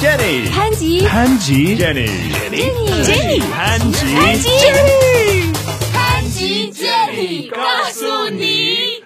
Jenny，潘吉，潘吉 Jenny，Jenny，Jenny， Jenny，潘吉，潘吉，Jenny，潘吉建里告诉你，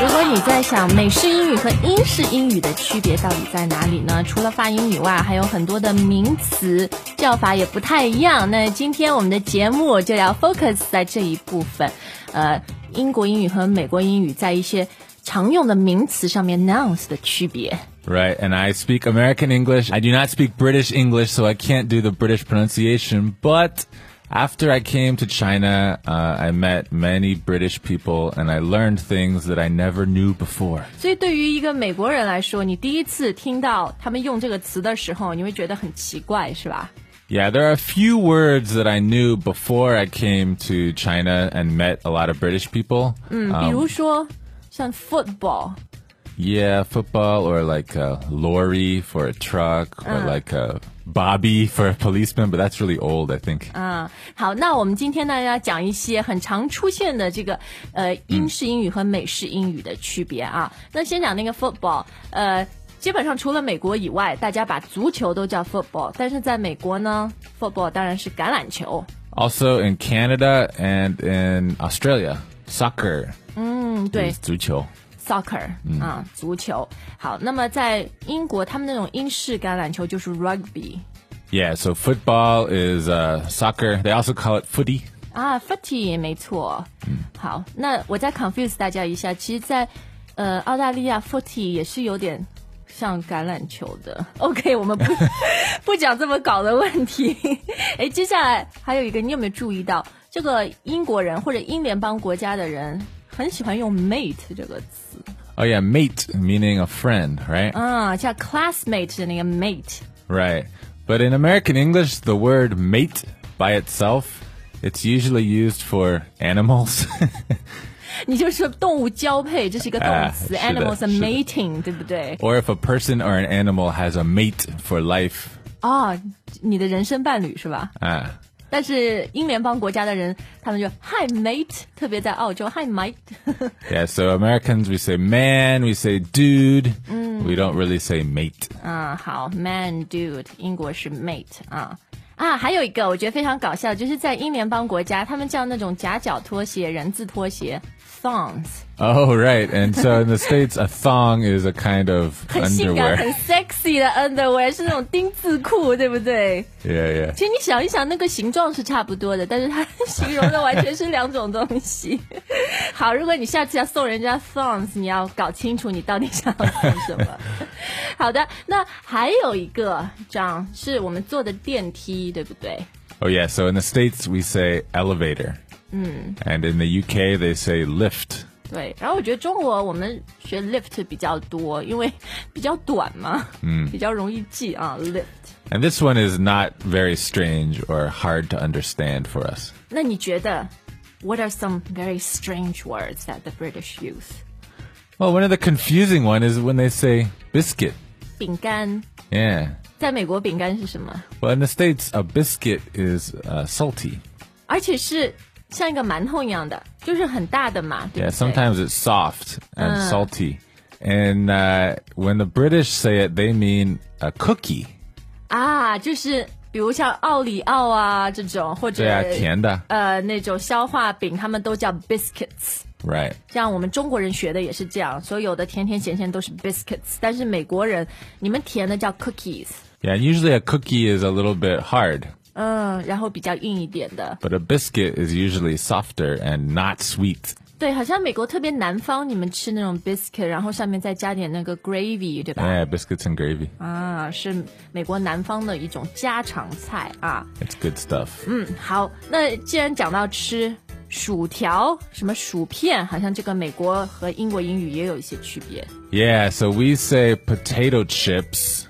如果你在想美式英语和英式英语的区别到底在哪里呢？除了发音以外，还有很多的名词叫法也不太一样。那今天我们的节目就要 focus 在这一部分，呃，英国英语和美国英语在一些常用的名词上面 nouns 的区别。 Right, and I speak American English. I do not speak British English, so I can't do the British pronunciation. But after I came to China, uh, I met many British people and I learned things that I never knew before. 所以对于一个美国人来说，你第一次听到他们用这个词的时候，你会觉得很奇怪，是吧？ Yeah, there are a few words that I knew before I came to China and met a lot of British people. Um, 比如说像 football， Yeah, football or like a lorry for a truck or like a bobby for a policeman, but that's really old, I think. 嗯，好，那我们今天呢要讲一些很常出现的这个呃英式英语和美式英语的区别啊。那先讲那个 football，呃，基本上除了美国以外，大家把足球都叫 football，但是在美国呢，football 当然是橄榄球。 Also in Canada and in Australia, soccer 嗯，对 is 足球。 ，soccer 啊、足球。好，那么在英国，他们那种英式橄榄球就是 rugby Yeah, so football is uh, soccer. They also call it footy. 啊，footy 没错。嗯好，那我再 confuse 大家一下，其实在，呃澳大利亚 footy 也是有点像橄榄球的。OK，我们 不不讲这么搞的问题。 哎，接下来还有一个，你有没有注意到这个英国人或者英联邦国家的人很喜欢用 mate 这个词 Oh yeah, mate meaning a friend, right? 啊，叫 classmate 的那个 mate。 Right. But in American English, the word mate by itself, it's usually used for animals. 你就是动物交配，这是一个动词、哎 a n 是的 i m a l s 是的 mating，对不对？ or if a person or an animal has a mate for life. 哦，你的人生伴侣是吧？ Ah. 但是英联邦国家的人，他们就 Hi mate，特别在澳洲 Hi mate， Yeah, so Americans, we say man, we say dude. We don't really say mate. 嗯，好 man dude，英国是 mate 啊。啊，还有一个我觉得非常搞笑，就是在英联邦国家，他们叫那种夹脚拖鞋、人字拖鞋 thongs， Oh, right. And so in the States, a thong is a kind of 很性感、很 underwear. sexy 的 underwear，是那种丁字裤，对不对？ Yeah, yeah. 其实你想一想，那个形状是差不多的，但是它 形容的完全是两种东西。 好，如果你下次要送人家 thongs，你要搞清楚你到底想要送什么。 好的，那还有一个张是我们坐的电梯，对不对？ Oh, yeah. So in the States, we say elevator. And in the UK, they say lift. 对。然后我觉得中国我们学 lift 比较多，因为比较短嘛，嗯，比较容易记啊 lift。 And this one is not very strange or hard to understand for us. 那你觉得 what are some very strange words that the British use？ Well, one of the confusing one is when they say biscuit. 饼干， Yeah. 在美国饼干是什么？ Well, in the States, a biscuit is uh, salty. 而且是像一个馒头一样的，就是很大的嘛，对不 Yeah, 对 sometimes it's soft and salty. And uh, when the British say it, they mean a cookie. 啊，就是比如像奥里奥啊这种，或者 Yeah, tienda. 呃那种消化饼，他们都叫 biscuits。 Right. 像我们中国人学的也是这样，所有的甜甜咸咸都是 biscuits，但是美国人你们甜的叫 cookies， Yeah, and usually a cookie is a little bit hard, 嗯，然后比较硬一点的， but a biscuit is usually softer and not sweet. 对，好像美国特别南方，你们吃那种 biscuit，然后上面再加点那个 gravy，对吧？ Yeah, biscuits and gravy. 啊，是美国南方的一种家常菜啊。 It's good stuff. 嗯好，那既然讲到吃，薯条什么薯片，好像这个美国和英国英语也有一些区别。 Yeah, so we say potato chips.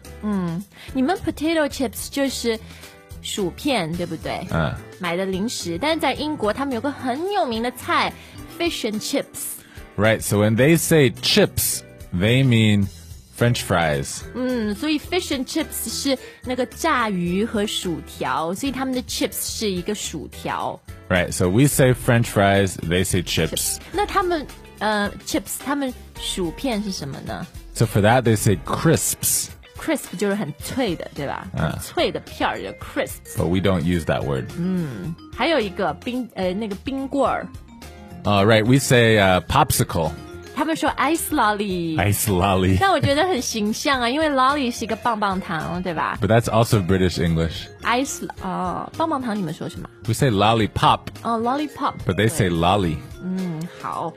你们 potato chips 就是薯片，对不对？嗯，买的零食，但是在英国他们有个很有名的菜，fish and chips。 Right, so when they say chips, they mean french fries. 嗯，所以 fish and chips 是那个炸鱼和薯条，所以他们的 chips 是一个薯条。 Right, so we say french fries, they say chips. 那他们呃 chips，他们薯片是什么呢？ So for that, they say crisps. crisp 就是很脆的，对吧？嗯很脆的片儿叫 crisp。 But we don't use that word. 还有一个冰呃那个冰棍儿， Uh, right, we say uh, popsicle, 他们说 ice lolly， ice lolly. 但我觉得很形象啊，因为 lolly 是一个棒棒糖，对吧 But that's also British English. ？ice 哦，棒棒糖你们说什么？ We say lollipop, 哦，lollipop。 but they say lolly. 好，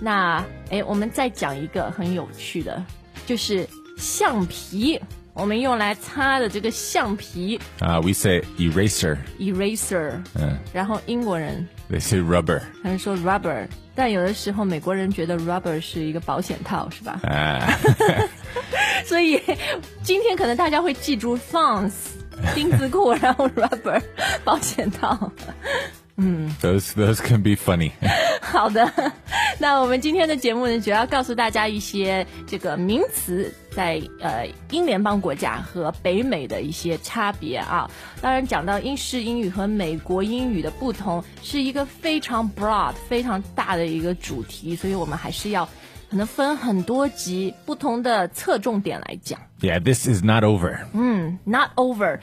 那哎，我们再讲一个很有趣的，就是橡皮，我们用来擦的这个橡皮 Uh, we say eraser. eraser，嗯，然后英国人 They say rubber. 他们说 rubber，但有的时候美国人觉得 rubber 是一个保险套，是吧？ Ah, 所以今天可能大家会记住 thongs 钉子裤，然后 rubber 保险套。 those those can be funny. 好的，那我们今天的节目呢，主要告诉大家一些这个名词在呃英联邦国家和北美的一些差别啊。当然，讲到英式英语和美国英语的不同，是一个非常 broad、非常大的一个主题，所以我们还是要可能分很多集不同的侧重点来讲。 Yeah, this is not over. Not over。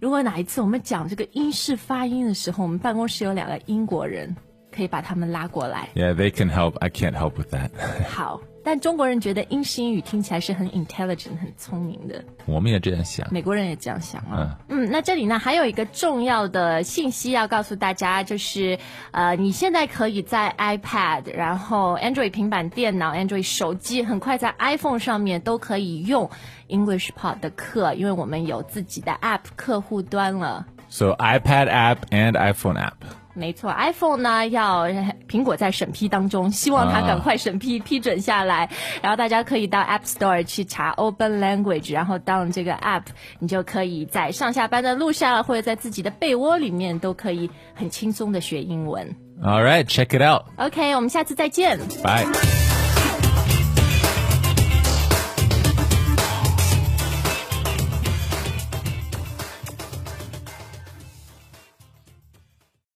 如果哪一次我们讲这个英式发音的时候，我们办公室有两个英国人，可以把他们拉过来。 Yeah, they can help. I can't help with that. 好，但中国人觉得英式英语听起来是很 intelligent、很聪明的， 我们也这样想。美国人也这样想啊。嗯，那这里呢还有一个重要的信息要告诉大家，就是呃，你现在可以在 iPad、然后 Android 平板电脑、Android 手机，很快在 iPhone 上面都可以用 English Pod 的课，因为我们有自己的 App 客户端了。 So iPad app and iPhone app. 没错，iPhone 呢要苹果在审批当中，希望它赶快审批、批准下来，然后大家可以到 App Store 去查 Open Language，然后 down 这个 App，你就可以在上下班的路上或者在自己的被窝里面都可以很轻松的学英文。 All right, check it out. OK，我们下次再见。 Bye.